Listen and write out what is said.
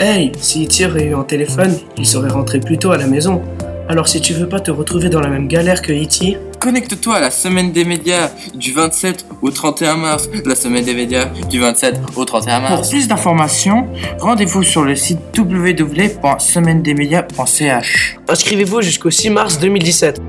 Hey, si Tyr avait eu un téléphone, il serait rentré plus tôt à la maison. Alors si tu veux pas te retrouver dans la même galère que E E.T., Connecte-toi à la semaine des médias du 27 au 31 mars. La semaine des médias du 27 au 31 Pour mars. plus d'informations, rendez-vous sur le site www.semainedesmedias.ch. Inscrivez-vous jusqu'au 6 mars 2017.